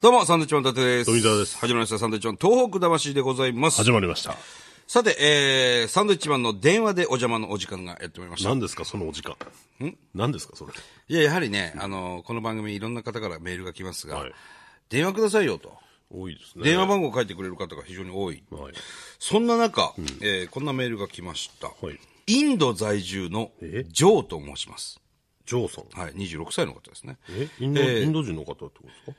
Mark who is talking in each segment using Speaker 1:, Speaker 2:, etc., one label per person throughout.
Speaker 1: どうも、サンドイッチマン伊達です。
Speaker 2: 富澤です
Speaker 1: 始まりました、サンドイッチマン東北魂でございます。
Speaker 2: 始まりました。
Speaker 1: さて、えー、サンドイッチマンの電話でお邪魔のお時間がやってまいりました。
Speaker 2: 何ですか、そのお時間。ん何ですか、それ。
Speaker 1: いや、やはりね、あの、この番組いろんな方からメールが来ますが、
Speaker 2: はい
Speaker 1: 電話くださいよと。
Speaker 2: 多いですね。
Speaker 1: 電話番号を書いてくれる方が非常に多い。
Speaker 2: はい。
Speaker 1: そんな中、えーこんなメールが来ました。
Speaker 2: はい。
Speaker 1: インド在住の
Speaker 2: え
Speaker 1: ジョーと申します。
Speaker 2: ジョーさん。
Speaker 1: はい、26歳の方ですね。
Speaker 2: えインド、インド人の方ってことですか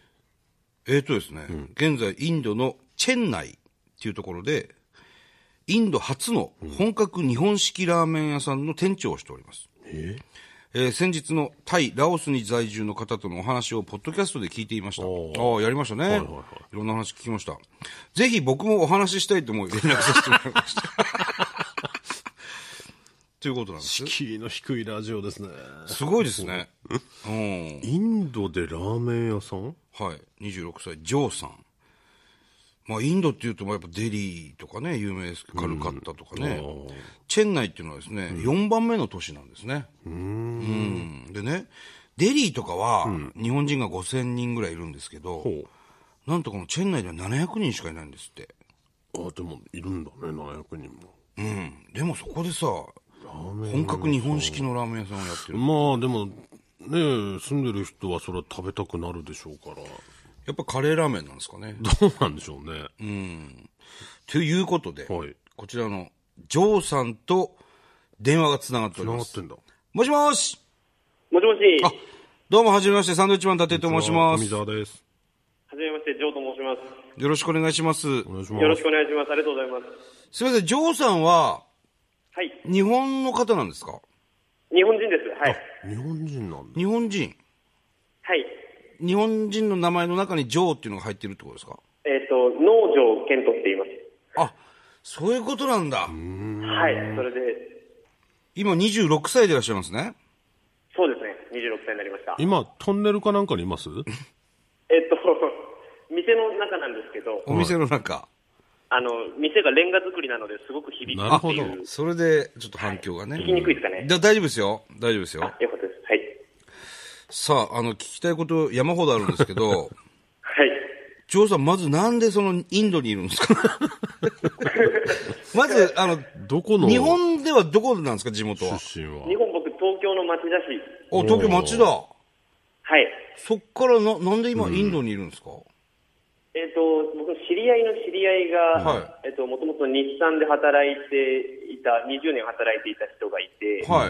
Speaker 1: えーとですね、現在インドのチェンナイっていうところで、インド初の本格日本式ラーメン屋さんの店長をしております。
Speaker 2: え
Speaker 1: えー先日のタイ、ラオスに在住の方とのお話をポッドキャストで聞いていました。ああー、やりましたね、い
Speaker 2: はいはい
Speaker 1: ろんな話聞きました。ぜひ僕もお話ししたいと思い連絡させてもらいました。ということなんです。
Speaker 2: キーの低いラジオですね。
Speaker 1: すごいですね。うん。
Speaker 2: インドでラーメン屋さん
Speaker 1: はい、26歳、ジョーさん。まあ、インドっていうと、まあやっぱデリーとかね、有名ですけど、カルカッタとかね、チェンナイっていうのはですね、4番目の都市なんですね。うんでね、デリーとかは、日本人が5000人ぐらいいるんですけど、
Speaker 2: ほ
Speaker 1: なんとこのチェンナイでは700人しかいないんですって。
Speaker 2: う。あ、でも、いるんだね、700人も。
Speaker 1: うん。でもそこでさ、
Speaker 2: ラーメン。
Speaker 1: 本格日本式のラーメン屋さんをやってる。
Speaker 2: まあ、でも、ねえ住んでる人はそれは食べたくなるでしょうから。
Speaker 1: やっぱカレーラーメンなんですかね。
Speaker 2: どうなんでしょうね。
Speaker 1: ということで、
Speaker 2: はい
Speaker 1: こちらのジョーさんと電話がつながっており
Speaker 2: 繋
Speaker 1: ま
Speaker 2: が
Speaker 1: す
Speaker 2: っ。てんだ。
Speaker 1: もしもし
Speaker 3: もしもし、
Speaker 1: あ
Speaker 3: は、
Speaker 1: どうもはじめまして、サンドウィッチマン伊達と申しま
Speaker 2: 富
Speaker 1: す。よ
Speaker 2: 澤です。
Speaker 3: じめまして、ジョーと申します。
Speaker 1: ろしくお願いします。
Speaker 2: お願いします。
Speaker 3: よろしくお願いします。ありがとうございます。
Speaker 1: すみません、ジョーさんは
Speaker 3: はい。
Speaker 1: 日本の方なんですか
Speaker 3: 日本人です。は
Speaker 2: 日
Speaker 3: い。
Speaker 2: 本人なんだ。
Speaker 1: 日本人。
Speaker 3: はい。
Speaker 1: 日本人の名前の中にジョーっていうのが入ってるってことですか
Speaker 3: えっ、と、農場健人って言います。
Speaker 1: あ、そういうことなんだ。
Speaker 3: はい。それで、
Speaker 1: 今26歳でいらっしゃいますね。
Speaker 3: そうですね。26歳になりました。
Speaker 2: 今、トンネルかなんかにいます
Speaker 3: えっ、と、 店の中なんですけど、
Speaker 1: お店の中。
Speaker 3: あの、店がレンガ作りなので、すごく響く
Speaker 2: なる
Speaker 3: って
Speaker 2: ほ
Speaker 3: い
Speaker 2: ど
Speaker 3: う。
Speaker 1: それで、ちょっと反響がね。
Speaker 3: 聞きにくいですかね。
Speaker 1: だ大丈夫ですよ。大丈夫ですよ。
Speaker 3: よかったです。はい。
Speaker 1: さあ、あの、聞きたいこと山ほどあるんですけど、
Speaker 3: はい。
Speaker 1: ジョーさん、まずなんでそのインドにいるんですか まず、あの、
Speaker 2: どこの
Speaker 1: 日本ではどこなんですか、地元は。
Speaker 2: 出身は
Speaker 3: 日本僕、東京の町田市。
Speaker 1: お、東京町だ。
Speaker 3: はい。
Speaker 1: そっからな、なんで今インドにいるんですか、
Speaker 3: えっ、と、僕の知り合いの知り合いが、
Speaker 1: は
Speaker 3: えっ、と、もともと日産で働いていた、20年働いていた人がいて、
Speaker 1: は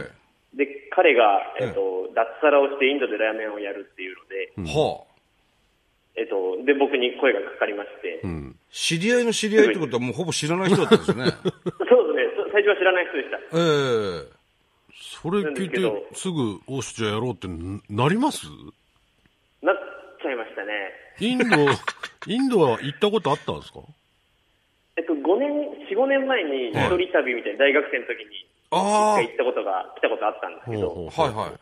Speaker 1: い。
Speaker 3: で、彼が、えっ、と、脱サラをしてインドでラーメンをやるっていうので、
Speaker 1: はあ。
Speaker 3: えっ、と、で、僕に声がかかりまして、
Speaker 1: 知り合いの知り合いってことはもうほぼ知らない人だったんですよ ね。
Speaker 3: そうですね、そ最初は知らない人でした。
Speaker 1: ええ
Speaker 2: それ聞いて
Speaker 3: なんで、
Speaker 2: すぐ、おし、じゃあやろうってななります
Speaker 3: なっちゃいましたね。
Speaker 2: イン ド、インドは行ったことあったんですか
Speaker 3: えっ、と、5年、4、5年前に一人旅みたいな、大学生の時に、
Speaker 1: あ
Speaker 3: 一回行ったことが、来たことあったんですけど、
Speaker 1: あ。はいはい。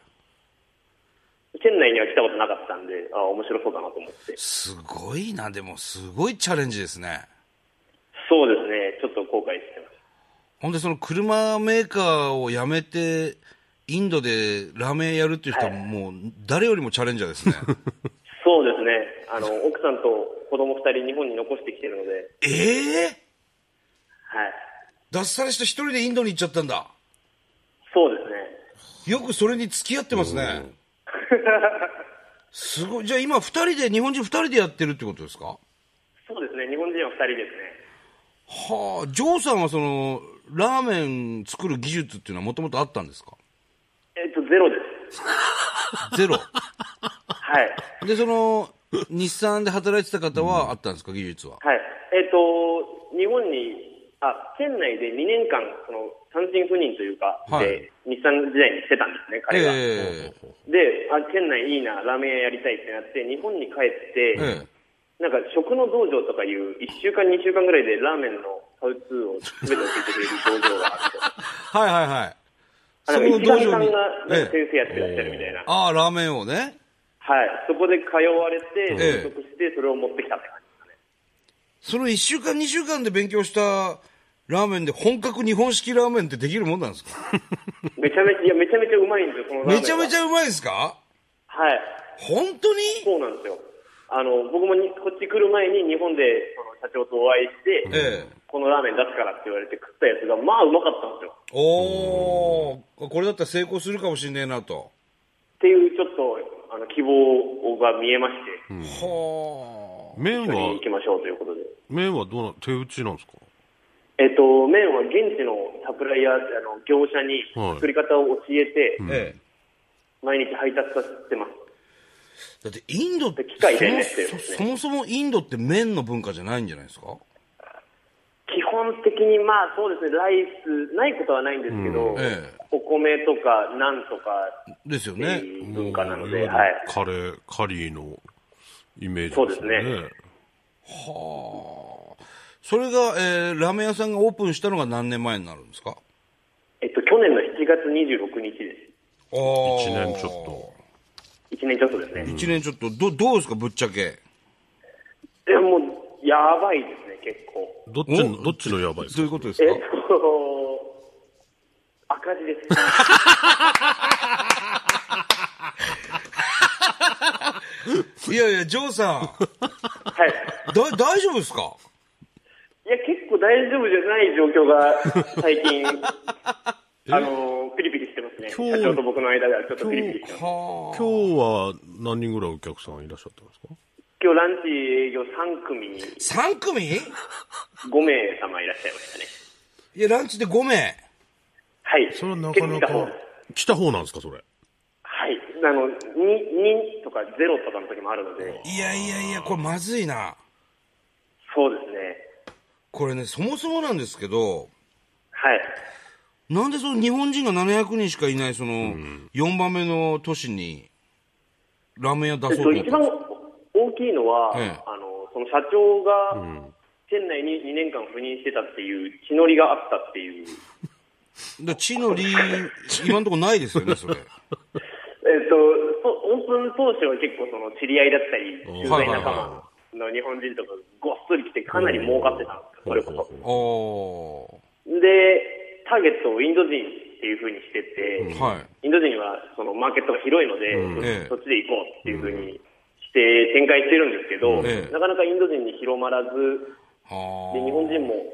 Speaker 3: チェン内には来たことなかったんで、あ面白そうだなと思って。
Speaker 1: すごいな、でも、すごいチャレンジですね。
Speaker 3: そうですね、ちょっと後悔してます。
Speaker 1: ほんで、その車メーカーを辞めて、インドでラーメンやるっていう人はもう誰よりもチャレンジャーです ね。
Speaker 3: そうですね。あ の、奥さんと子供二人日本に残してきてるので、
Speaker 1: ええ
Speaker 3: はい。
Speaker 1: 脱サラして一人でインドに行っちゃったんだ。
Speaker 3: そうですね。
Speaker 1: よくそれに付き合ってますね。すごい。じゃあ今二人で、日本人二人でやってるってことですか
Speaker 3: そうですね。日本人は二人ですね。
Speaker 1: はあ、ジョーさんはその、ラーメン作る技術っていうのはもともとあったんですか
Speaker 3: えっと、ゼロです。
Speaker 1: ゼ ロ。
Speaker 3: はい。
Speaker 1: で、その、日産で働いてた方はあったんですか技術は。
Speaker 3: はい。えっと、日本に、あ、県内で2年間、その、単身赴任というか、
Speaker 1: はい
Speaker 3: で、日産時代にしてたんですね、彼が。
Speaker 1: ええ
Speaker 3: で、あ、県内いいな、ラーメン屋やりたいってなって、日本に帰って、
Speaker 1: ええ
Speaker 3: なんか食の道場とかいう、1週間、2週間ぐらいでラーメンのハウツーを全て教えてくれる道場があって。
Speaker 1: はいはいはい。
Speaker 3: あの、一番さんが
Speaker 1: ええ
Speaker 3: 先生やってらっしゃるみたいな。
Speaker 1: ああ、ラーメンをね。
Speaker 3: はい。そこで通われ
Speaker 1: ええ
Speaker 3: て、所属して、それを持ってきたって感じですかね。
Speaker 1: その一週間、二週間で勉強したラーメンで本格日本式ラーメンってできるもんなんですか
Speaker 3: めちゃめちゃ、いや、めちゃめちゃうまいんですよ、このラーメン
Speaker 1: めちゃめち
Speaker 3: ゃ。
Speaker 1: ゃうまいですか
Speaker 3: はい。
Speaker 1: 本当に
Speaker 3: そうなんですよ。あの、僕もにこっち来る前に日本でその社長とお会いして、
Speaker 1: ええ
Speaker 3: このラーメン出すからって言われて食ったやつが、まあうまかったんですよ。
Speaker 1: おお、これだったら成功するかもしれねえなと。
Speaker 3: っていうちょっと、あの、希望が見えまして、
Speaker 1: は
Speaker 2: 麺
Speaker 3: 一緒に
Speaker 2: は
Speaker 3: 行、きましょうということで。
Speaker 2: 麺はどうな、手打ちなんですか
Speaker 3: えっと、麺は現地のサプライヤー、あの、業者に
Speaker 2: はい
Speaker 3: 作り方を教えて、
Speaker 1: あ。ええ。
Speaker 3: 毎日配達させてます。
Speaker 1: だってインドって
Speaker 3: 機械でねっていう
Speaker 1: そ
Speaker 3: ね
Speaker 1: もそそもそもインドって麺の文化じゃないんじゃないですか
Speaker 3: 基本的にまあそうですね、ライス、ないことはないんですけど、
Speaker 1: ええ
Speaker 3: お米とかナンとか
Speaker 1: ですよ
Speaker 3: っ
Speaker 1: ね
Speaker 3: て。いう文化なので、
Speaker 2: もうわ
Speaker 3: はい
Speaker 2: ゆ。るカレー、カリーのイメージですよね。
Speaker 3: そうですね
Speaker 1: それが、えー、ラーメン屋さんがオープンしたのが何年前になるんですか
Speaker 3: えっと、去年の7月26日で
Speaker 1: あ
Speaker 2: 一
Speaker 1: 1
Speaker 2: 年ちょ
Speaker 3: す。1年ちょっとですね。
Speaker 1: 1年ちょっとどどうですかぶっちゃけ
Speaker 3: でも、やばいですね、結構。
Speaker 2: っと。どっち
Speaker 1: お
Speaker 2: の、どっちのやばいです
Speaker 1: どうい
Speaker 2: か
Speaker 1: うことです
Speaker 3: え
Speaker 1: か
Speaker 3: っと、赤字です。
Speaker 1: いやいやジョーさん
Speaker 3: はい。
Speaker 1: だ大丈夫ですか
Speaker 3: いや、結構大丈夫じゃない状況が、最近、あの、ピリピリしてますね。
Speaker 2: 今日
Speaker 3: 社長と僕の間ではちょっとピリピリしてます。
Speaker 1: はあ
Speaker 2: 今日は何人ぐらいお客さんいらっしゃったんですか
Speaker 3: 今日ランチ営業3組に
Speaker 1: 3組い
Speaker 3: 5名様いらっしゃいましたね。
Speaker 1: やランチで5名
Speaker 3: はい。
Speaker 2: それはなかな
Speaker 3: 結構来た方
Speaker 2: か、来た方なんですか、それ。
Speaker 3: はい。あの、2、2とか0とかの時もあるので、
Speaker 1: いやいやいやこれまずいな
Speaker 3: そうですね。
Speaker 1: これねそもそもなんですけど
Speaker 3: はい。
Speaker 1: なんでその日本人が700人しかいないその4番目の都市にラーメン屋出
Speaker 3: えっ
Speaker 1: そうと
Speaker 3: と、
Speaker 1: 思っ
Speaker 3: 一
Speaker 1: た
Speaker 3: 番
Speaker 1: んですか
Speaker 3: 大きいのは、
Speaker 1: ええ
Speaker 3: あの、その社長が、店内に2年間赴任してたっていう、血のりがあったっていう。
Speaker 1: で地の利今のところないですよね それ
Speaker 3: えっと、そオープン当初は結構その知り合いだったり、駐在仲間の日本人とかごっそり来てかなり儲かってたんですよ、それこそ。
Speaker 1: ああ
Speaker 3: で、ターゲットをインド人っていう風にしてて、
Speaker 1: はい
Speaker 3: インド人はそのマーケットが広いので、
Speaker 1: ええ
Speaker 3: そっちで行こうっていう風にして展開してるんですけど、
Speaker 1: ええ
Speaker 3: なかなかインド人に広まらず、
Speaker 1: ああ
Speaker 3: で日本人も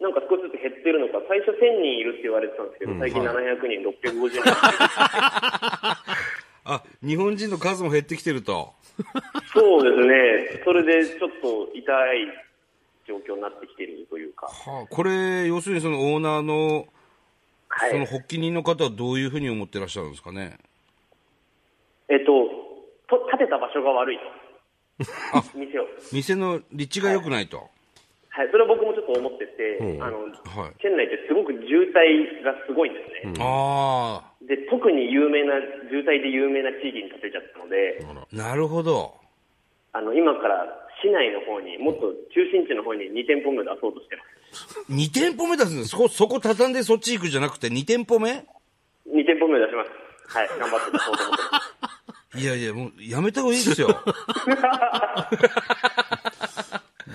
Speaker 3: なんか少しずつ減ってるのか、最初1000人いるって言われてたんですけど、最近700人、650人。
Speaker 1: あ日本人の数も減ってきてると
Speaker 3: そうですね、それでちょっと痛い状況になってきてるというか、
Speaker 1: はあこれ要するにそのオーナーの
Speaker 3: はい
Speaker 1: その発起人の方はどういうふうに思ってらっしゃるんですかね
Speaker 3: えっと、と建てた場所が悪いと、店を。
Speaker 1: 店の立地が良くないと、
Speaker 3: はい、それは僕もちょっと思ってて、
Speaker 2: うん
Speaker 3: あの、
Speaker 1: はい
Speaker 3: 県内ってすごく渋滞がすごいんですね。
Speaker 1: あ
Speaker 3: で、特に有名な、渋滞で有名な地域に建てちゃったので、
Speaker 1: あなるほど
Speaker 3: あの、今から市内の方に、もっと中心地の方に2店舗目出そうとしてます。
Speaker 1: 2店舗目出すんですそこそこ畳んでそっち行くじゃなくて2店舗目
Speaker 3: 2店舗目出します。はい、頑張って出そうと思ってます。
Speaker 1: いやいやもうやめた方がいいですよ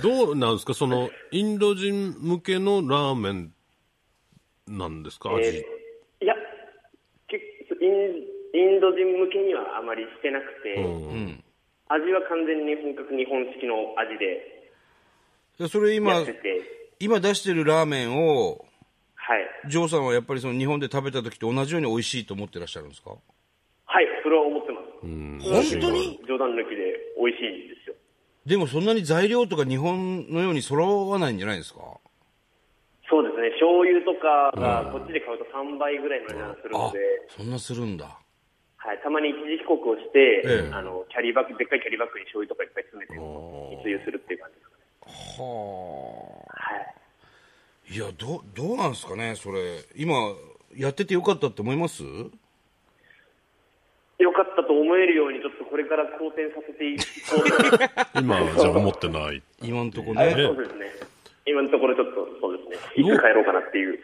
Speaker 2: どうなんですかその、インド人向けのラーメンなんですか味。
Speaker 3: えーいや、結イン、インド人向けにはあまりしてなくて、
Speaker 1: ん
Speaker 3: 味は完全に本格日本式の味で
Speaker 1: でそれ今
Speaker 3: やってて、
Speaker 1: 今出してるラーメンを
Speaker 3: はい。
Speaker 1: ジョーさんはやっぱりその日本で食べた時と同じように美味しいと思ってらっしゃるんですか
Speaker 3: はい、それは思ってます。
Speaker 1: 本当に
Speaker 3: 冗談抜きで美味しいんですよ。
Speaker 1: でもそんなに材料とか日本のように揃わないんじゃないですか
Speaker 3: そうですね、醤油とかがこっちで買うと3倍ぐらいの値段するの
Speaker 1: あ
Speaker 3: で、
Speaker 1: そんなするんだ
Speaker 3: はい、たまに一時帰国をして、
Speaker 1: ええ
Speaker 3: あのキャリーバッグ、でっかいキャリーバッグに醤油とかいっぱい詰めて、密輸するっていう感じですかね。
Speaker 1: はあ
Speaker 3: はい
Speaker 1: やどどうなんですかねそれ今やっててよかったって思います
Speaker 3: い。よかったと思えるように、ちょっとこれから好転させていこうと
Speaker 2: 今じゃ思ってない。
Speaker 1: 今んとこ
Speaker 2: え
Speaker 1: ね
Speaker 3: そうです ね。今のところちょっと、そうですね。いつ帰ろうかなっていう。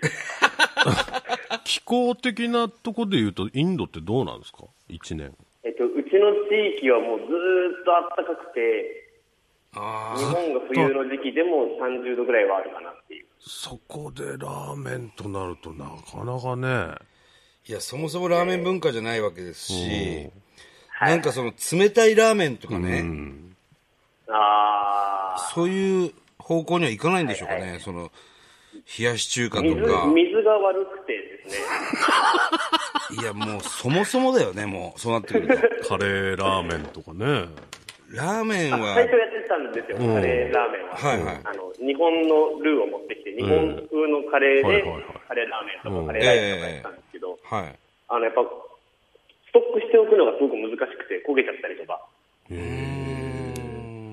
Speaker 2: 気候的なとこで言うと、インドってどうなんですか一年。
Speaker 3: えっと、うちの地域はもうずーっと暖かくて、
Speaker 1: あ
Speaker 3: 日本が冬の時期でも30度ぐらいはあるかなっていう。
Speaker 2: そこでラーメンとなると、なかなかね。
Speaker 1: いやそもそもラーメン文化じゃないわけですし
Speaker 2: う
Speaker 1: なんかその冷たいラーメンとかね
Speaker 3: ああ。
Speaker 1: そういう方向にはいかないんでしょうかね。
Speaker 3: はいは
Speaker 1: その、冷やし中華と
Speaker 3: 水、
Speaker 1: か。
Speaker 3: 水が悪くてですね。
Speaker 1: いや、もうそもそもだよね、もう。そうなってく ると。
Speaker 2: カレーラーメンとかね。
Speaker 1: ラーメンは、
Speaker 3: 最初やってたんですよ、カレーラーメンは。
Speaker 1: はいはい
Speaker 3: あの日本のルーを持ってきて、日本風のカレー
Speaker 2: はい
Speaker 3: で
Speaker 2: はいはい、
Speaker 3: カレーラーメン
Speaker 2: うん
Speaker 3: とかカレーライスとかやってたんですけど、
Speaker 1: はい。
Speaker 3: あのやっぱ、ストックしておくのがすごく難しくて、焦げちゃったりとか、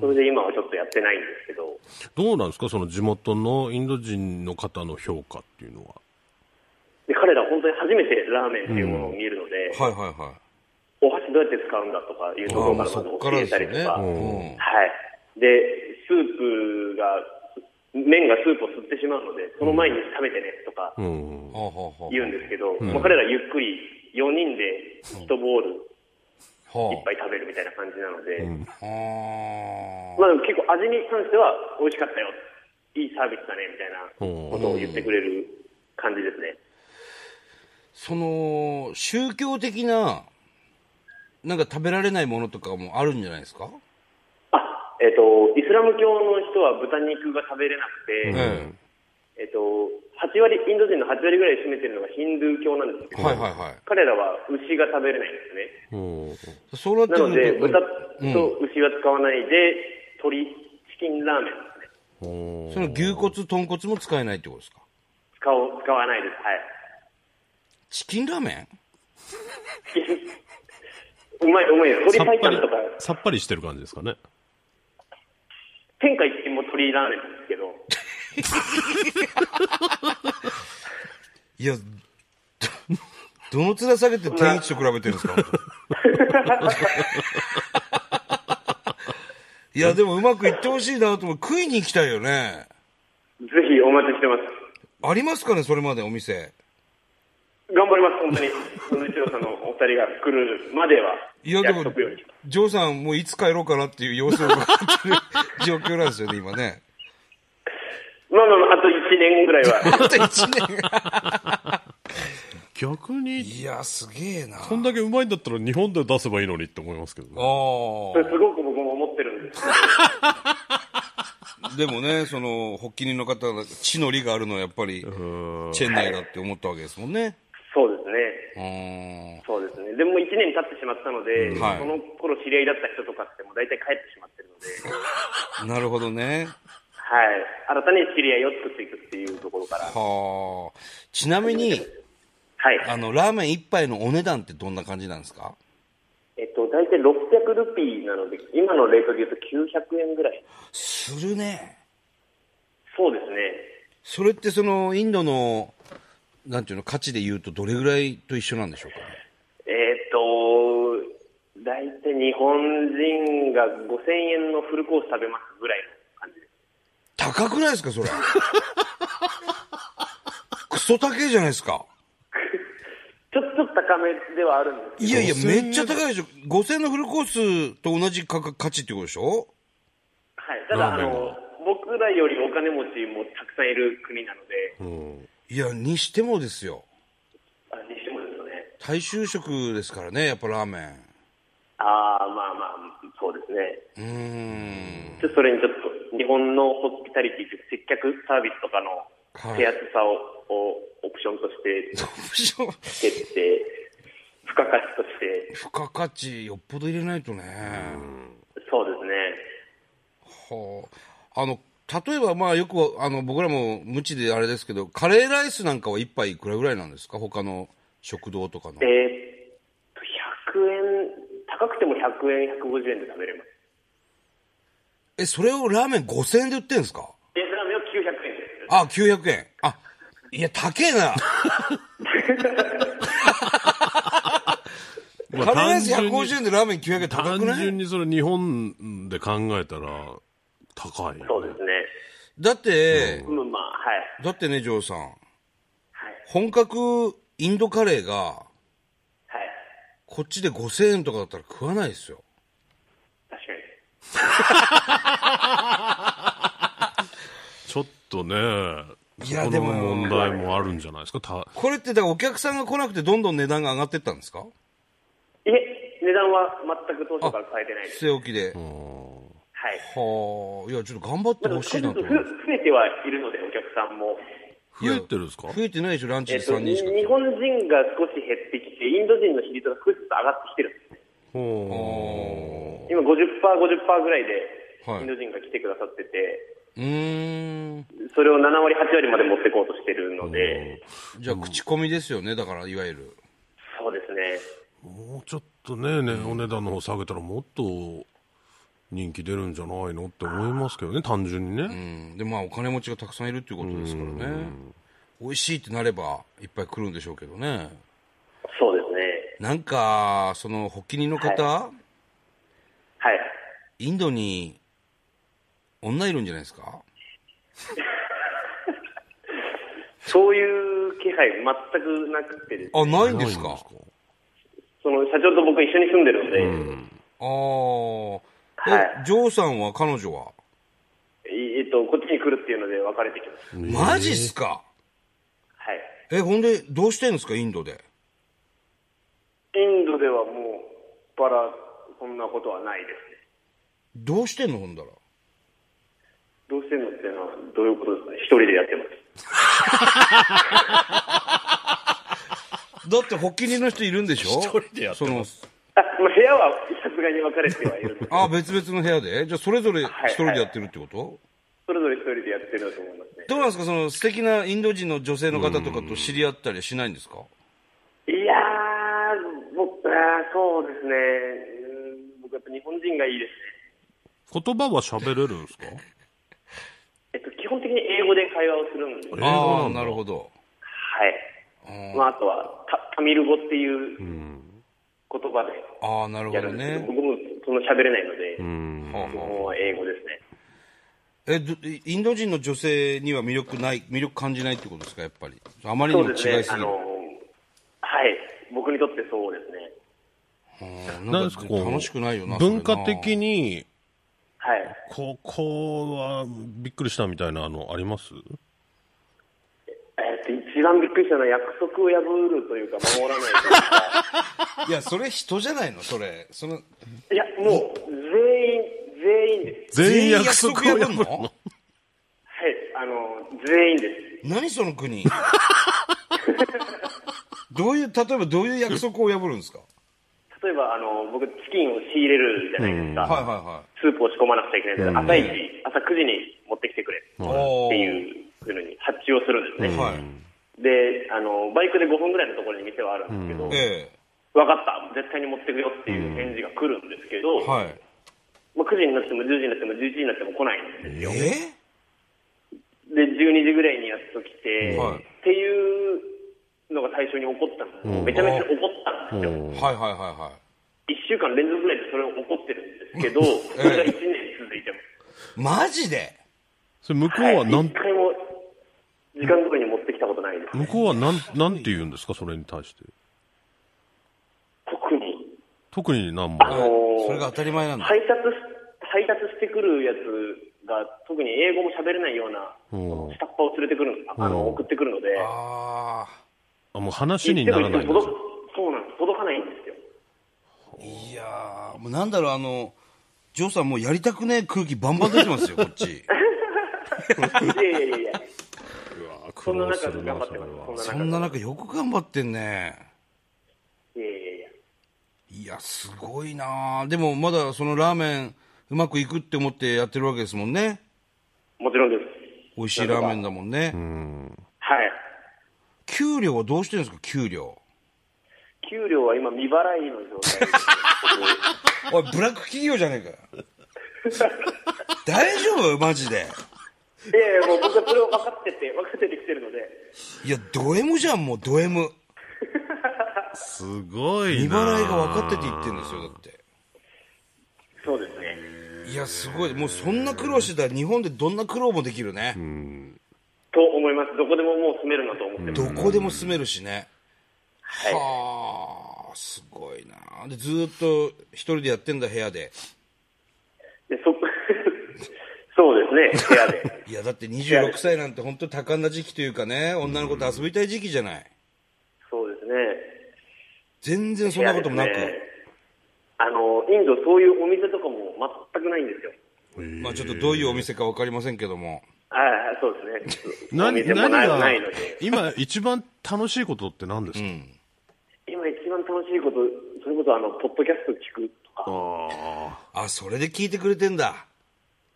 Speaker 3: それで今はちょっとやってないんですけど、
Speaker 2: どうなんですかその地元のインド人の方の評価っていうのは。
Speaker 3: で彼ら本当に初めてラーメンっていうものを見るので、
Speaker 1: はいはいは
Speaker 3: お箸どうやって使うんだとかいうところからまず
Speaker 1: あーまあそっから
Speaker 3: 教えたりとか、
Speaker 1: ですよねうん
Speaker 3: はい。で、スープが、麺がスープを吸ってしまうので、その前に食べてねとか
Speaker 2: うん
Speaker 1: い。。はあ、はあはあ、
Speaker 3: 言うんですけど、まあ彼らゆっくり4人で1ボールいっ
Speaker 1: は
Speaker 3: ぱい食べるみたいな感じなので、
Speaker 1: あ。は
Speaker 3: まあでも結構味に関しては美味しかったよ、いいサービスだねみたいなことを言ってくれる感じですね。
Speaker 1: その、宗教的な、なんか食べられないものとかもあるんじゃないですか
Speaker 3: あ、えっ、と、イスラム教の人は豚肉が食べれなくて、
Speaker 1: うん
Speaker 3: えっと、8割、インド人の8割ぐらい占めてるのがヒンドゥー教なんですけど、
Speaker 1: はいはいはい
Speaker 3: 彼らは牛が食べれないんですね。
Speaker 2: うん。
Speaker 1: そうなって
Speaker 3: な
Speaker 1: く
Speaker 3: ので、
Speaker 1: ると、
Speaker 3: 豚
Speaker 1: うん
Speaker 3: と牛は使わないで、鶏、チキンラーメンですね。
Speaker 1: その牛骨、豚骨も使えないってことですか
Speaker 3: 使おう、使わないです。はい。
Speaker 1: チキンラーメ
Speaker 3: うまい、うまいです。
Speaker 2: さっ
Speaker 3: 鶏
Speaker 2: ぱ
Speaker 3: 白
Speaker 2: り
Speaker 3: 湯とか、、
Speaker 2: さっぱりしてる感じですかね。
Speaker 3: 天下一品も鶏ラーメンですけど、
Speaker 1: ンいや、どどの面下げて天一と比べてるんですか本当にいや、でもうまくいってほしいなと思う。食いに行きたいよね。
Speaker 3: ぜひお待ちしてます。
Speaker 1: ありますかねそれまでお店。
Speaker 3: 頑張ります、本当に。その一郎さんのお二人が来るまでは、
Speaker 1: いや、でも
Speaker 3: 約束より。、
Speaker 1: ジョーさんもういつ帰ろうかなっていう様子を伺ってる 状況なんですよね、今ね。
Speaker 3: まあまあまあ、あと1年ぐらいは。
Speaker 1: また一年が。
Speaker 2: 逆に、
Speaker 1: いや、すげ えな。
Speaker 2: こんだけうまいんだったら日本で出せばいいのにって思いますけどね。
Speaker 3: それ
Speaker 1: あ
Speaker 3: すごく僕も思ってるんです。
Speaker 1: あ。 でもね、その、発起人の方が、地の利があるのはやっぱり、チェン内だって思ったわけですもんね。
Speaker 3: そうです
Speaker 1: う
Speaker 3: ね。
Speaker 1: ん。
Speaker 3: そうですね。でも1年経ってしまったので、
Speaker 1: はい
Speaker 3: その頃知り合いだった人とかってもう大体帰ってしまってるので、
Speaker 1: なるほどね。
Speaker 3: はい。新たに知り合いを作っていくっていうところから。は
Speaker 1: はあ。ちなみに、
Speaker 3: い。
Speaker 1: あの、ラーメン一杯のお値段ってどんな感じなんですか
Speaker 3: えっと、大体600ルピーなので、今のレートで言うと900円ぐらい。
Speaker 1: するね。
Speaker 3: そうですね。
Speaker 1: それってその、インドの、なんていうの、価値で言うとどれぐらいと一緒なんでしょうかね。
Speaker 3: えっと、大体日本人が5000円のフルコース食べますぐらいの感じです。
Speaker 1: 高くないですか、 それ。クソ高えじゃないですか。
Speaker 3: ちょっと高めではあるんですけど
Speaker 1: いやいや、
Speaker 2: 5000
Speaker 1: めっちゃ高いでしょ。5000のフルコースと同じ価格、価値ってことでしょ
Speaker 3: はい、ただあ
Speaker 2: ラーメン
Speaker 3: の、僕らよりお金持ちもたくさんいる国なので、
Speaker 2: うん。
Speaker 1: いや、にしてもですよ。
Speaker 3: あにしてもですよね。
Speaker 1: 大衆食ですからね、やっぱラーメ
Speaker 3: ああ、まあまあ、そうですね。
Speaker 1: ン。うーん。
Speaker 3: ちょっとそれにちょっと、日本のホスピタリティというか接客サービスとかの
Speaker 1: はい
Speaker 3: 手厚さを,、をオプションとして
Speaker 1: どうしよう。
Speaker 3: つけて、付加価値として、
Speaker 1: 付加価値よっぽど入れないとね。
Speaker 3: そうですね。
Speaker 1: はあ。あの、例えばまあよく、あの、僕らも無知であれですけど、カレーライスなんかは一杯いくらぐらいなんですか他の食堂とかの。
Speaker 3: えーっと、100円、高くても100円、150円で食べれます。
Speaker 1: え、それをラーメン5000円で売ってるんですか
Speaker 3: ベースラーメンは900円です。
Speaker 1: あ、900円。あ、いや、高えな。カレーライス150円でラーメン900円高
Speaker 2: 単
Speaker 1: くない
Speaker 2: 純にそれ日本で考えたら高いよね。
Speaker 3: そうですね。
Speaker 1: だって、
Speaker 3: うん、まあ、はい。
Speaker 1: だってね、ジョーさん。
Speaker 3: はい。
Speaker 1: 本格インドカレーが、
Speaker 3: はい。
Speaker 1: こっちで5000円とかだったら食わないですよ。
Speaker 3: 確かに。
Speaker 2: ちょっとね、
Speaker 1: い
Speaker 2: そ
Speaker 1: や
Speaker 2: こ
Speaker 1: で
Speaker 2: の
Speaker 1: も
Speaker 2: 問題もあるんじゃないですか。た
Speaker 1: これって、だからお客さんが来なくてどんどん値段が上がってったんですか
Speaker 3: いえ、値段は全く当初から変えてないです。
Speaker 1: 据え置きで。
Speaker 2: うん
Speaker 3: ははい。
Speaker 1: はあ、いや、ちょっと頑張って
Speaker 3: ま
Speaker 1: ほ
Speaker 3: あ
Speaker 1: しいなと
Speaker 3: でも
Speaker 1: 思いま
Speaker 3: ちょっとふ増えてはいるので、お客さんも。
Speaker 2: 増えてるんですか
Speaker 1: す。増えてないでしょ、ランチ
Speaker 3: え
Speaker 1: で
Speaker 3: っと、
Speaker 1: 3人しか来て
Speaker 3: 日
Speaker 1: ない。
Speaker 3: 本人が少し減ってきて、インド人の比率が少しずつ上がってきてるんですね。
Speaker 2: ほ
Speaker 3: 今50%、50%ぐらいで、
Speaker 1: はい
Speaker 3: インド人が来てくださってて、
Speaker 1: うーん。
Speaker 3: それを7割、8割まで持ってこうとしてるので、
Speaker 1: じゃあ、口コミですよね、だから、いわゆる。
Speaker 3: そうですね。
Speaker 2: うもうちょっとねねお値段の方下げたらもっと人気出るんじゃないのって思いますけどね単純にね、
Speaker 1: うん。で、まあ、お金持ちがたくさんいるっていうことですからね。美味しいってなれば、いっぱい来るんでしょうけどね。
Speaker 3: そうですね。
Speaker 1: なんか、その、発起人の方、
Speaker 3: はい。
Speaker 1: インドに、女いるんじゃないですか
Speaker 3: そういう気配全くなくてですね
Speaker 1: あ、ないんですか
Speaker 2: な
Speaker 1: あ
Speaker 2: いんで
Speaker 3: その社長と僕一緒に住んでるので、
Speaker 1: あー。え、
Speaker 3: は
Speaker 1: ジョーさんは、彼女は
Speaker 3: えっと、こっちに来るっていうので別れてきました。
Speaker 1: マジっすか
Speaker 3: はい。
Speaker 1: え、ほんで、どうしてんですか、インドで。
Speaker 3: インドではもう、バラ、そんなことはないですね。
Speaker 1: どうしてんの、ほんだら。
Speaker 3: どうしてんのっていうのは、どういうことですかね。一人でやってます。
Speaker 1: だって、発起人の人いるんでしょ一
Speaker 2: 人でやって
Speaker 1: その、
Speaker 3: あ、まあ、部屋はさすがに分かれてはいるんです
Speaker 1: あ、別々の部屋でじゃあ、それぞれ一人でやってるってこと、
Speaker 3: それぞれ一人でやってるんだと思いますね。
Speaker 1: どうなんですか、その、素敵なインド人の女性の方とかと知り合ったりしないんですか
Speaker 3: いやー、僕、あーそうですね。うん僕やっぱ日本人がいいですね。
Speaker 2: 言葉は喋れるんですか
Speaker 3: えっと、基本的に英語で会話をするんで、
Speaker 2: え
Speaker 3: は
Speaker 2: 英語
Speaker 1: あ
Speaker 2: な
Speaker 1: あ、
Speaker 2: んだ
Speaker 1: なるほど。
Speaker 3: い。まあ、あとはタ、タミル語っていう言葉で
Speaker 1: ああ、なるほ
Speaker 3: や
Speaker 1: ど
Speaker 3: るんですけど、
Speaker 1: ね。
Speaker 3: 僕もその喋れないので、
Speaker 2: うん
Speaker 1: はあはあ
Speaker 3: もう英語ですね。
Speaker 1: えどインド人の女性には魅力ない、魅力感じないってことですか、やっぱり。あまりにも違いすぎる。
Speaker 3: あの、はい。僕にとってそうですね。
Speaker 1: うん
Speaker 2: な
Speaker 1: なんん
Speaker 2: です
Speaker 1: か
Speaker 2: かこう
Speaker 1: 楽しくないよな。
Speaker 2: 文化
Speaker 1: それな
Speaker 2: 的に
Speaker 3: はい。
Speaker 2: ここはびっくりしたみたいなのあります
Speaker 3: えっと、一番びっくりしたのは約束を破るというか、守らないというか。
Speaker 1: いや、それ人じゃないの、それ。その、
Speaker 3: いや、もう、全員、全員です。
Speaker 2: 全員約束を
Speaker 1: 全員
Speaker 2: 破
Speaker 1: 約束
Speaker 2: る
Speaker 1: 破るの
Speaker 3: はい。あの、全員です。
Speaker 1: 何その国どういう、例えばどういう約束を破るんですか
Speaker 3: 例えば、あの、僕、チキンを仕入れるじゃないですか。
Speaker 1: はいはいはい。
Speaker 3: スープを仕込まなくちゃいけないんですけど、朝一、朝9時に持ってきてくれって
Speaker 1: おー
Speaker 3: いうふうに発注をするんですね。
Speaker 1: はい。
Speaker 3: で、あの、バイクで5分ぐらいのところに店はあるんですけど、
Speaker 1: え
Speaker 3: 分かった、絶対に持ってくよっていう返事が来るんですけど、
Speaker 1: え。はい。
Speaker 3: まあ、9時になっても10時になっても11時になっても来ないんですよ。
Speaker 1: え
Speaker 3: で、12時ぐらいにやっと来て、
Speaker 1: はい
Speaker 3: っていうのが最初に起こったの、めちゃめちゃ怒ったんですよ。
Speaker 1: はいはいはいはい。
Speaker 3: 1週間連続ぐらいでそれを怒ってるんですけ ど、それが1年続いてます。
Speaker 1: マジで
Speaker 2: それ向こう
Speaker 3: はい
Speaker 2: はなん
Speaker 3: 一回も時間通りに持ってきたことないです。
Speaker 2: 向こうはなんなんて言うんですかそれに対して
Speaker 3: 特に、
Speaker 2: 特に何も
Speaker 3: あのー
Speaker 1: それが当たり前なんだ。
Speaker 3: 配達し、配達してくるやつが、特に英語も喋れないような、
Speaker 2: うん
Speaker 3: 下っ端を連れてくるの、あの、送ってくるので、
Speaker 1: あ
Speaker 2: あもう話にならないん
Speaker 3: 言って
Speaker 2: で
Speaker 3: も
Speaker 2: す
Speaker 3: 言っても届くそうなんです。届かないんですよ。
Speaker 1: あ。いやー、もうなんだろう、あの、ジョーさんもうやりたくねえ空気バンバン出てますよ、こっち。
Speaker 3: いやいやいや いや。
Speaker 2: 苦
Speaker 3: そんな
Speaker 2: 労す
Speaker 3: 中で
Speaker 2: るな
Speaker 3: 頑張っ
Speaker 2: そ
Speaker 3: て
Speaker 2: れ
Speaker 3: ます
Speaker 2: は。
Speaker 1: そんな中よく頑張ってんね。
Speaker 3: いやいやいや。
Speaker 1: いや、すごいなーでもまだそのラーメンうまくいくって思ってやってるわけですもんね。
Speaker 3: もちろんです。
Speaker 1: 美味しいラーメンだもんね。
Speaker 3: はい。
Speaker 1: 給料はどうしてるんですか、給料。
Speaker 3: 給料は今未払いの状態です。
Speaker 1: おい、ブラック企業じゃねえかよ。 大丈夫マジで。
Speaker 3: いやいや、もう僕はそれを分かってて、分かっててきてるので、
Speaker 1: いや、ド M じゃん、もうド M。
Speaker 2: すごい
Speaker 1: 未
Speaker 2: な
Speaker 1: 払いが分かってて言ってるんですよ、だっ
Speaker 3: そうですね。
Speaker 1: て。いや、すごい。もうそんな苦労してたら日本でどんな苦労もできるね。
Speaker 3: と思います。どこでももう住めるなと思ってます。
Speaker 1: どこでも住めるしね。
Speaker 3: はい
Speaker 1: はあ、すごいなで、ずーっと一人でやってんだ、部屋で。
Speaker 3: でそそうですね、部屋で。
Speaker 1: いや、だって26歳なんて本当に多感な時期というかね、女の子と遊びたい時期じゃない。
Speaker 3: そうですね。
Speaker 1: 全然そんなこともなく。
Speaker 3: 部屋ですねあの、インドそういうお店とかも全くないんですよ。
Speaker 1: まあちょっとどういうお店かわかりませんけども。
Speaker 3: はい、そうですね。お
Speaker 2: 何
Speaker 3: 店も
Speaker 2: 何
Speaker 3: ない
Speaker 2: が
Speaker 3: ないので、
Speaker 2: 今一番楽しいことって何ですか、
Speaker 3: 今一番楽しいこと、それこそあの、ポッドキャスト聞くとか、
Speaker 2: あ
Speaker 1: あ、それで聞いてくれてんだ。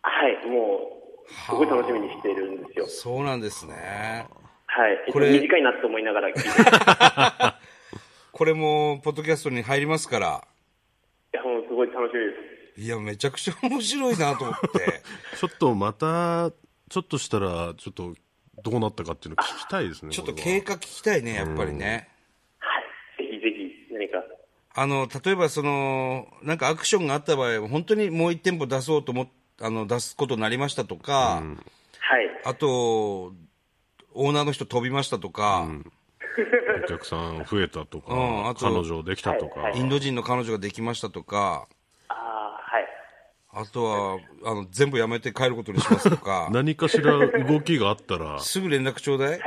Speaker 3: はい、もう、すごい楽しみにしているんですよ。
Speaker 1: そうなんですね。
Speaker 3: はい。
Speaker 1: これ
Speaker 3: 短いなと思いながら聞いてます、い
Speaker 1: これも、ポッドキャストに入りますから。
Speaker 3: や、もうすごい楽しみです。
Speaker 1: いや、めちゃくちゃ面白いなと思 って。
Speaker 2: あちょっとまたちょっとしたらちょっとどうなったかっていうの聞きたいですね
Speaker 1: ちょっと
Speaker 2: これは
Speaker 1: 経過聞きたいね、やっぱりね。
Speaker 3: はい。ぜひぜひ、何か。
Speaker 1: あの、例えばその、なんかアクションがあった場合は、本当にもう一店舗出そうと思っあの、出すことになりましたとか、
Speaker 3: はい。
Speaker 1: あと、オーナーの人飛びましたとか、
Speaker 2: お客さん増えたとか、
Speaker 1: うんあと
Speaker 2: 彼女できたとか、
Speaker 3: はい
Speaker 1: インド人の彼女ができましたとか、
Speaker 3: ああ、は
Speaker 1: あ
Speaker 3: い。
Speaker 1: とは、あの、全部やめて帰ることにしますと か、
Speaker 2: 何かしら動きがあったら
Speaker 1: すぐ連絡ちょうだい。
Speaker 3: はい。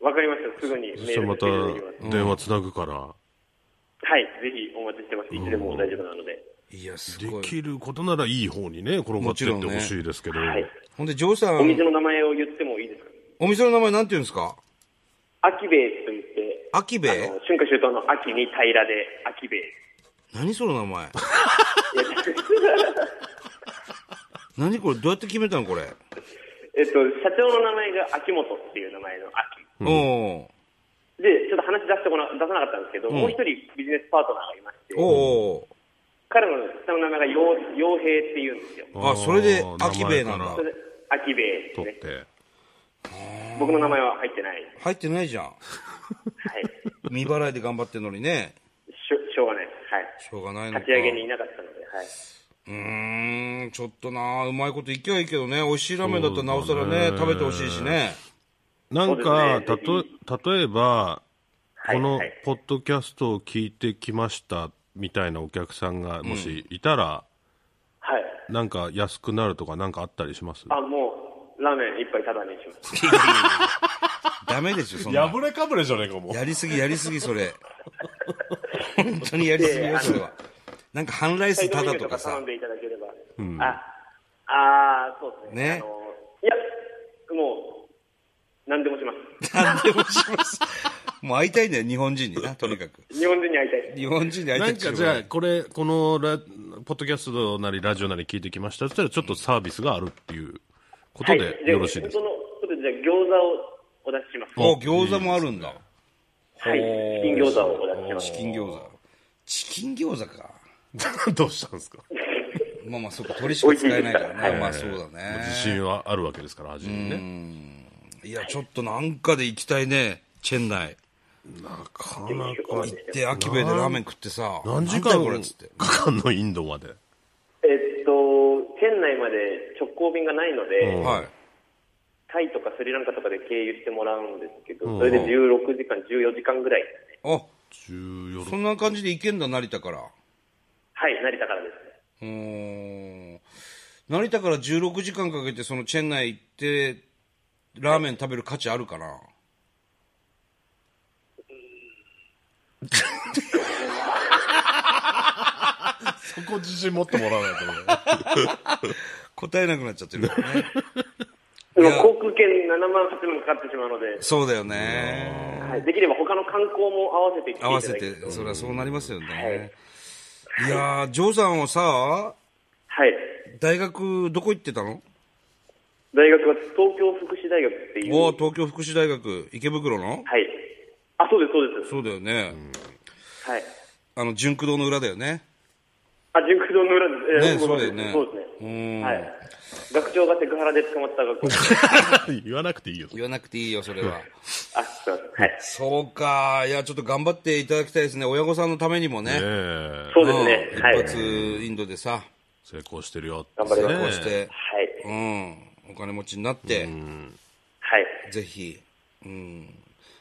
Speaker 3: わかりました。すぐに
Speaker 2: そし
Speaker 3: メ
Speaker 2: て
Speaker 3: ール
Speaker 2: ま
Speaker 3: で
Speaker 2: た
Speaker 3: 送っていただきます。
Speaker 2: 電話つなぐから、
Speaker 3: はい。ぜひお待ちしてます。いつでも大丈夫なので。
Speaker 1: いや、すご
Speaker 2: で
Speaker 1: い。
Speaker 2: きることならいい方にね転がってってほしいですけど、
Speaker 3: はい。
Speaker 1: ほんで、ジョーさん、
Speaker 3: お店の名前を言ってもいいですか
Speaker 1: お店の名前なんて言うんですか
Speaker 3: アキベイと言って、
Speaker 1: アキベイ
Speaker 3: あの春夏秋冬の秋に平らで、アキベイ。
Speaker 1: 何その名 前何これどうやって決めたのこれ。
Speaker 3: えっと、社長の名前が秋元っていう名前の秋。
Speaker 1: うん。お
Speaker 3: で、ちょっと話出してこな出さなかったんですけど、もう一人ビジネスパートナーがいまして
Speaker 1: う、お
Speaker 3: 彼の下の名前が陽陽平っていうんですよ。
Speaker 1: あそれで
Speaker 2: ー
Speaker 1: アキベイなんだ
Speaker 2: 名前
Speaker 3: そ
Speaker 2: から
Speaker 3: れで、秋兵衛です
Speaker 2: 取
Speaker 3: ね
Speaker 2: っ。て
Speaker 3: 僕の名前は入ってない。
Speaker 1: 入ってないじゃん。
Speaker 3: はい。
Speaker 1: 未払いで頑張ってんのにね。
Speaker 3: しょしょうがないです。はい。
Speaker 1: しょうがないのか。
Speaker 3: 立ち上げにいなかったので、はい。
Speaker 1: うーん、ちょっとなうまいこといきゃいいけどね。美味しいラーメンだったらなおさらね、
Speaker 2: そうだね
Speaker 1: 食べてほしいしね。
Speaker 2: なんか、
Speaker 3: そ
Speaker 2: た
Speaker 3: うですね
Speaker 2: と例えば、
Speaker 3: はい
Speaker 2: この
Speaker 3: はい
Speaker 2: ポッドキャストを聞いてきましたみたいなお客さんがもしいたら、
Speaker 3: はい。
Speaker 2: なんか安くなるとか、なんかあったりします
Speaker 3: あ、もう、ラーメン一杯タダにします。
Speaker 1: ダメですよ、そんな。
Speaker 2: れかぶれじゃねえか、も
Speaker 1: やりすぎ、やりすぎ、それ。 本当にやりすぎよ、それは。なんか半ライスタダとか
Speaker 3: サイ
Speaker 1: さ
Speaker 3: ドメニューとか頼ん。でいただければ。あ、あー、そうですね。
Speaker 1: ね
Speaker 3: あのいや、もう、何でもします。
Speaker 1: 何でもします。もう会いたいんだよ、日本人にな、とにかく。
Speaker 3: 日本人に会いたいです。
Speaker 1: 日本人に会いた
Speaker 2: ない
Speaker 1: っ
Speaker 2: ん
Speaker 1: てい
Speaker 2: か
Speaker 1: う
Speaker 2: じ
Speaker 1: のは
Speaker 2: ゃあ、これ、このラ、ポッドキャストなり、ラジオなり聞いてきましたって言ったら、ちょっとサービスがあるっていうこと
Speaker 3: は
Speaker 2: でよろしいですか、
Speaker 3: そのことで、じゃあ餃子をお出しします。
Speaker 1: お、餃子もあるんだ。
Speaker 3: はい。チキン餃子をお出しします
Speaker 1: チ。キン餃子。チキン餃子か。
Speaker 2: どうしたんですか、
Speaker 1: まあまあ、そうか、鳥しか使えないから
Speaker 3: 美味しいですからは
Speaker 1: ね。
Speaker 3: い
Speaker 1: まあそうだ
Speaker 2: もう自
Speaker 1: ね。
Speaker 2: 信はあるわけですから、味にね。
Speaker 1: いや、ちょっとなんかで行きたいね、チェン内。
Speaker 2: なかなか、
Speaker 1: で、アキベイでラーメン食ってさ、
Speaker 2: 何
Speaker 1: な
Speaker 2: 時
Speaker 1: んだ
Speaker 2: 間
Speaker 1: よこれっつって。
Speaker 2: かかんの、インドまで。
Speaker 3: えっと、県内まで直行便がないので、
Speaker 2: うん
Speaker 1: はい。
Speaker 3: タイとかスリランカとかで経由してもらうんですけど、それで16時間、14時間ぐらいですね。
Speaker 1: あ、
Speaker 2: 14
Speaker 1: そんな感じで行けんだ、成田から。
Speaker 3: はい、成田からですね。
Speaker 1: うーん。成田から16時間かけて、そのチェン内行って、ラーメン食べる価値あるかな
Speaker 2: そこ自信持ってもらわないとね。
Speaker 1: 答えなくなっちゃってるからね。
Speaker 3: でも
Speaker 1: いや
Speaker 3: 航空券7万8万かかってしまうの で、
Speaker 1: そうだよね。
Speaker 3: はい、できれば他の観光も合わせて来ていた
Speaker 1: 合
Speaker 3: だ
Speaker 1: わ
Speaker 3: き
Speaker 1: せ
Speaker 3: たい
Speaker 1: て、それはそうなりますよね。いやー、ジョーさんはさ、
Speaker 3: はい。
Speaker 1: 大学どこ行ってたの
Speaker 3: 大学は東京福祉大学っていう。
Speaker 1: お
Speaker 3: は
Speaker 1: ー東京福祉大学、池袋の
Speaker 3: い。あ、そうです、そうです。
Speaker 1: そうだよね。
Speaker 3: はい。
Speaker 1: あの、純駆堂の裏だよね。
Speaker 3: あ、純駆堂の裏です。
Speaker 1: ねそうだよね
Speaker 3: そうです
Speaker 1: う
Speaker 3: ね。
Speaker 1: ーん。
Speaker 3: はい。学長がセクハラで捕まった学校。
Speaker 2: 言わなくていいよ。
Speaker 1: 言わなくていいよ、それは。
Speaker 3: あ、すいません。はい。
Speaker 1: そうか。いや、ちょっと頑張っていただきたいですね。親御さんのためにもね。
Speaker 2: ええ
Speaker 3: そうですね
Speaker 1: う。ん
Speaker 3: はい。
Speaker 1: 一発、インドでさ、
Speaker 2: 成功してるよ。
Speaker 3: 頑張ります
Speaker 1: こうして、
Speaker 3: はい。
Speaker 1: うん、お金持ちになって、
Speaker 3: はい。
Speaker 1: ぜひ、うん。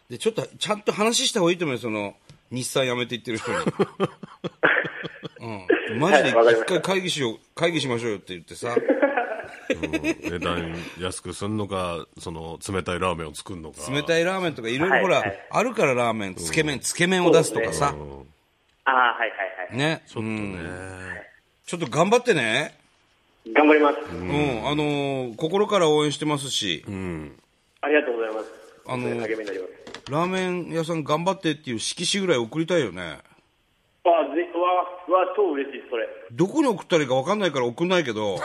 Speaker 1: で、ちょっと、ちゃんと話した方がいいと思うよ、その、日産辞めていってる人 に。うん。マジで
Speaker 3: はいわか
Speaker 1: 一
Speaker 3: りました
Speaker 1: 回会議しよう、会議しましょうよって言ってさ、
Speaker 2: 値段安くすんのか、その、冷たいラーメンを作るのか。
Speaker 1: 冷
Speaker 2: い。
Speaker 1: たいラーメンとかいろいろ
Speaker 3: はい
Speaker 1: ほら、
Speaker 3: はい
Speaker 1: あるからラーメン、つけ麺、つけ麺を出すとかさ、
Speaker 3: あーはいはいはい。
Speaker 1: ね。ちょっとね。ちょっと頑張ってね。
Speaker 3: 頑張ります。
Speaker 1: うん、あのー心から応援してますし、
Speaker 3: ありがとうございます。
Speaker 1: あのー
Speaker 3: 本当に励みになります。
Speaker 1: ラーメン屋さん頑張ってっていう色紙ぐらい送りたいよね。
Speaker 3: わあ、ぜわあ、わあ、超嬉しい、それ。
Speaker 1: どこに送ったらいいか分かんないから送んないけ ど。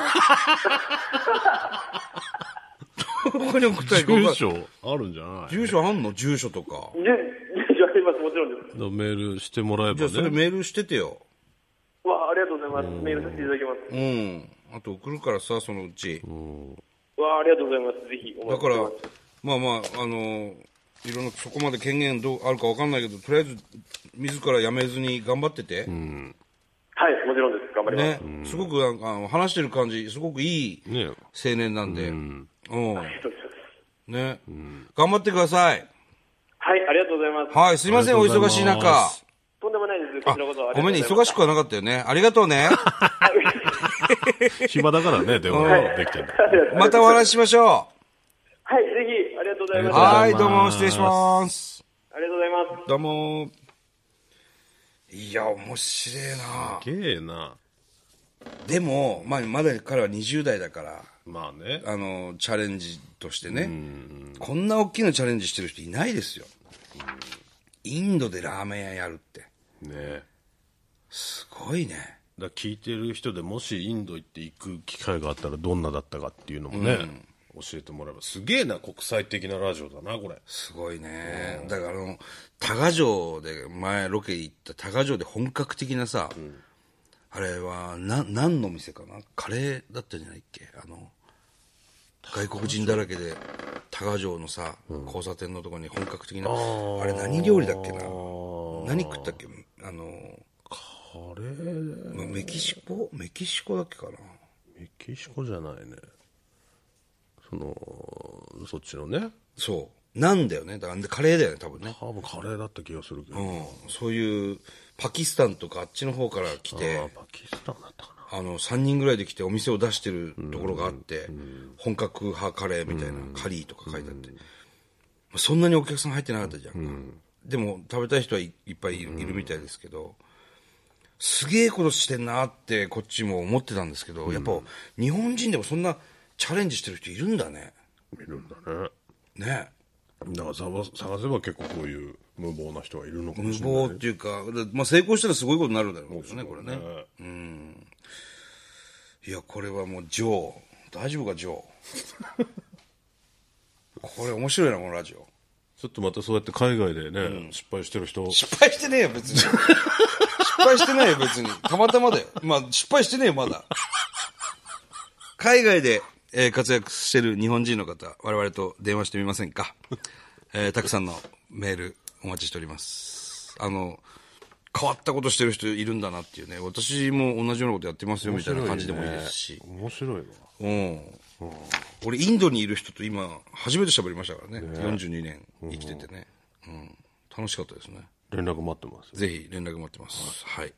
Speaker 1: どこに送ったらいいか分かんな
Speaker 2: 住
Speaker 1: い。
Speaker 2: 所あるんじゃない
Speaker 1: 住所あんの住所とか。
Speaker 3: じゅ、住所あります、もちろんです。
Speaker 2: だメールしてもらえ
Speaker 1: じゃ
Speaker 2: ば
Speaker 1: あそれ
Speaker 2: ね。
Speaker 1: メールしててよ。
Speaker 3: わあ、ありがとうございます。メールさせていただきます。
Speaker 1: うん。あと送るからさ、そのうち。
Speaker 3: わあ、ありがとうございます。ぜひ、お
Speaker 1: だ
Speaker 3: 待ちし
Speaker 1: か
Speaker 3: て
Speaker 1: ら
Speaker 3: ます。、
Speaker 1: まあまあ、あの、いろんな、そこまで権限どうあるか分かんないけど、とりあえず、自ら辞めずに頑張ってて。
Speaker 3: はい、もちろんです。頑張ります。
Speaker 1: ね。すごくなんか、あの話してる感じ、すごくいい
Speaker 2: ね
Speaker 1: 青年なんで。うん。ね、頑張ってください。
Speaker 3: はい、ありがとうございます。
Speaker 1: はい、すいません、
Speaker 2: あ
Speaker 1: お
Speaker 2: りがとう
Speaker 1: 忙
Speaker 2: ござ
Speaker 1: し
Speaker 2: い
Speaker 1: い
Speaker 2: ます
Speaker 1: 中。
Speaker 3: とんでもないです。こ
Speaker 1: あ
Speaker 3: ちらこそ。
Speaker 1: ごめんね、 忙しくはなかったよね。ありがとうね。
Speaker 3: ありがとうございました
Speaker 2: 暇だからね、電話できてる。
Speaker 3: はい
Speaker 1: またお話ししましょ
Speaker 3: はい、ぜひ、ありがとうございま
Speaker 1: う。
Speaker 3: す。
Speaker 2: あ
Speaker 3: あ
Speaker 1: はい、どうも、失礼します。
Speaker 3: りがとうございます。
Speaker 1: どうも。いや、面白いな。
Speaker 2: すげえな。
Speaker 1: でも、まあ、まだ彼は20代だから、
Speaker 2: まあね。
Speaker 1: あの、チャレンジとしてね。こんな大きなチャレンジしてる人いないですよ。インドでラーメン屋やるって。
Speaker 2: ね
Speaker 1: すごいね。
Speaker 2: だから聞いてる人でもしインド行って行く機会があったらどんなだったかっていうのもね、教えてもらえばすげえな国際的なラジオだなこれ
Speaker 1: すごいね。だからあの、多賀城で、前ロケ行った多賀城で本格的なさ、あれは、な、何の店かなカレーだったんじゃないっけあの、外国人だらけで、多賀城のさ、交差点のとこに本格的な、あれ何料理だっけな何食ったっけあの、
Speaker 2: カレー
Speaker 1: まメキシコメキシコだっけかな
Speaker 2: メキシコじゃないねそのそっちのね
Speaker 1: そう。なんだよね。だからカレーだよね、多分ね。
Speaker 2: 多分カレーだった気がするけど、
Speaker 1: うん。そういう、パキスタンとかあっちの方から来て、
Speaker 2: あパキスタンだったかな
Speaker 1: あの、3人ぐらいで来てお店を出してるところがあって、本格派カレーみたいな、カリーとか書いてあって、まあそんなにお客さん入ってなかったじゃん。でも、食べたい人はいいっぱいいる,、みたいですけど、すげえことしてんなって、こっちも思ってたんですけど、やっぱ、日本人でもそんなチャレンジしてる人いるんだね。
Speaker 2: いるんだね
Speaker 1: ね。
Speaker 2: だから探探せば結構こういう無謀な人がいるのかも
Speaker 1: 無
Speaker 2: しれない
Speaker 1: 謀っていうか、だまあ、成功したらすごいことになるだろうけどね、これね。いや、これはもう、ジョー。大丈夫か、ジョー。 これ面白いな、このラジオ。
Speaker 2: ちょっとまたそうやって海外でね、失敗してる人
Speaker 1: 失敗してねえよ、別に。失敗してないよ、別に。たまたまだよ。まあ、失敗してねえよ、まだ。海外で、えー活躍してる日本人の方、我々と電話してみませんか。えーたくさんのメールお待ちしております。あの、変わったことしてる人いるんだなっていうね。私も同じようなことやってますよ、みたいな感じでもいいですし。
Speaker 2: 面白いわ
Speaker 1: うん。俺、インドにいる人と今、初めて喋りましたからね。42年生きててね。うん。楽しかったですね。
Speaker 2: 連絡待ってます
Speaker 1: ぜひ連絡待ってます。はい。